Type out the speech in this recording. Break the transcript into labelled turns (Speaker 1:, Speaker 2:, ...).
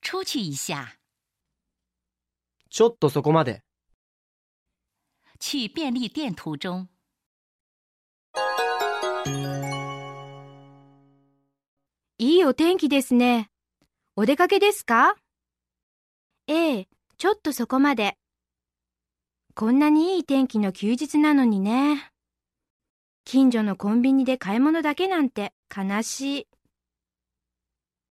Speaker 1: 出去一下，
Speaker 2: ちょっとそこまで。
Speaker 1: 去便利店途中。
Speaker 3: いいお天気ですね。お出かけですかええ、ちょっとそこまで。こんなにいい天気の休日なのにね。近所のコンビニで買い物だけなんて悲しい。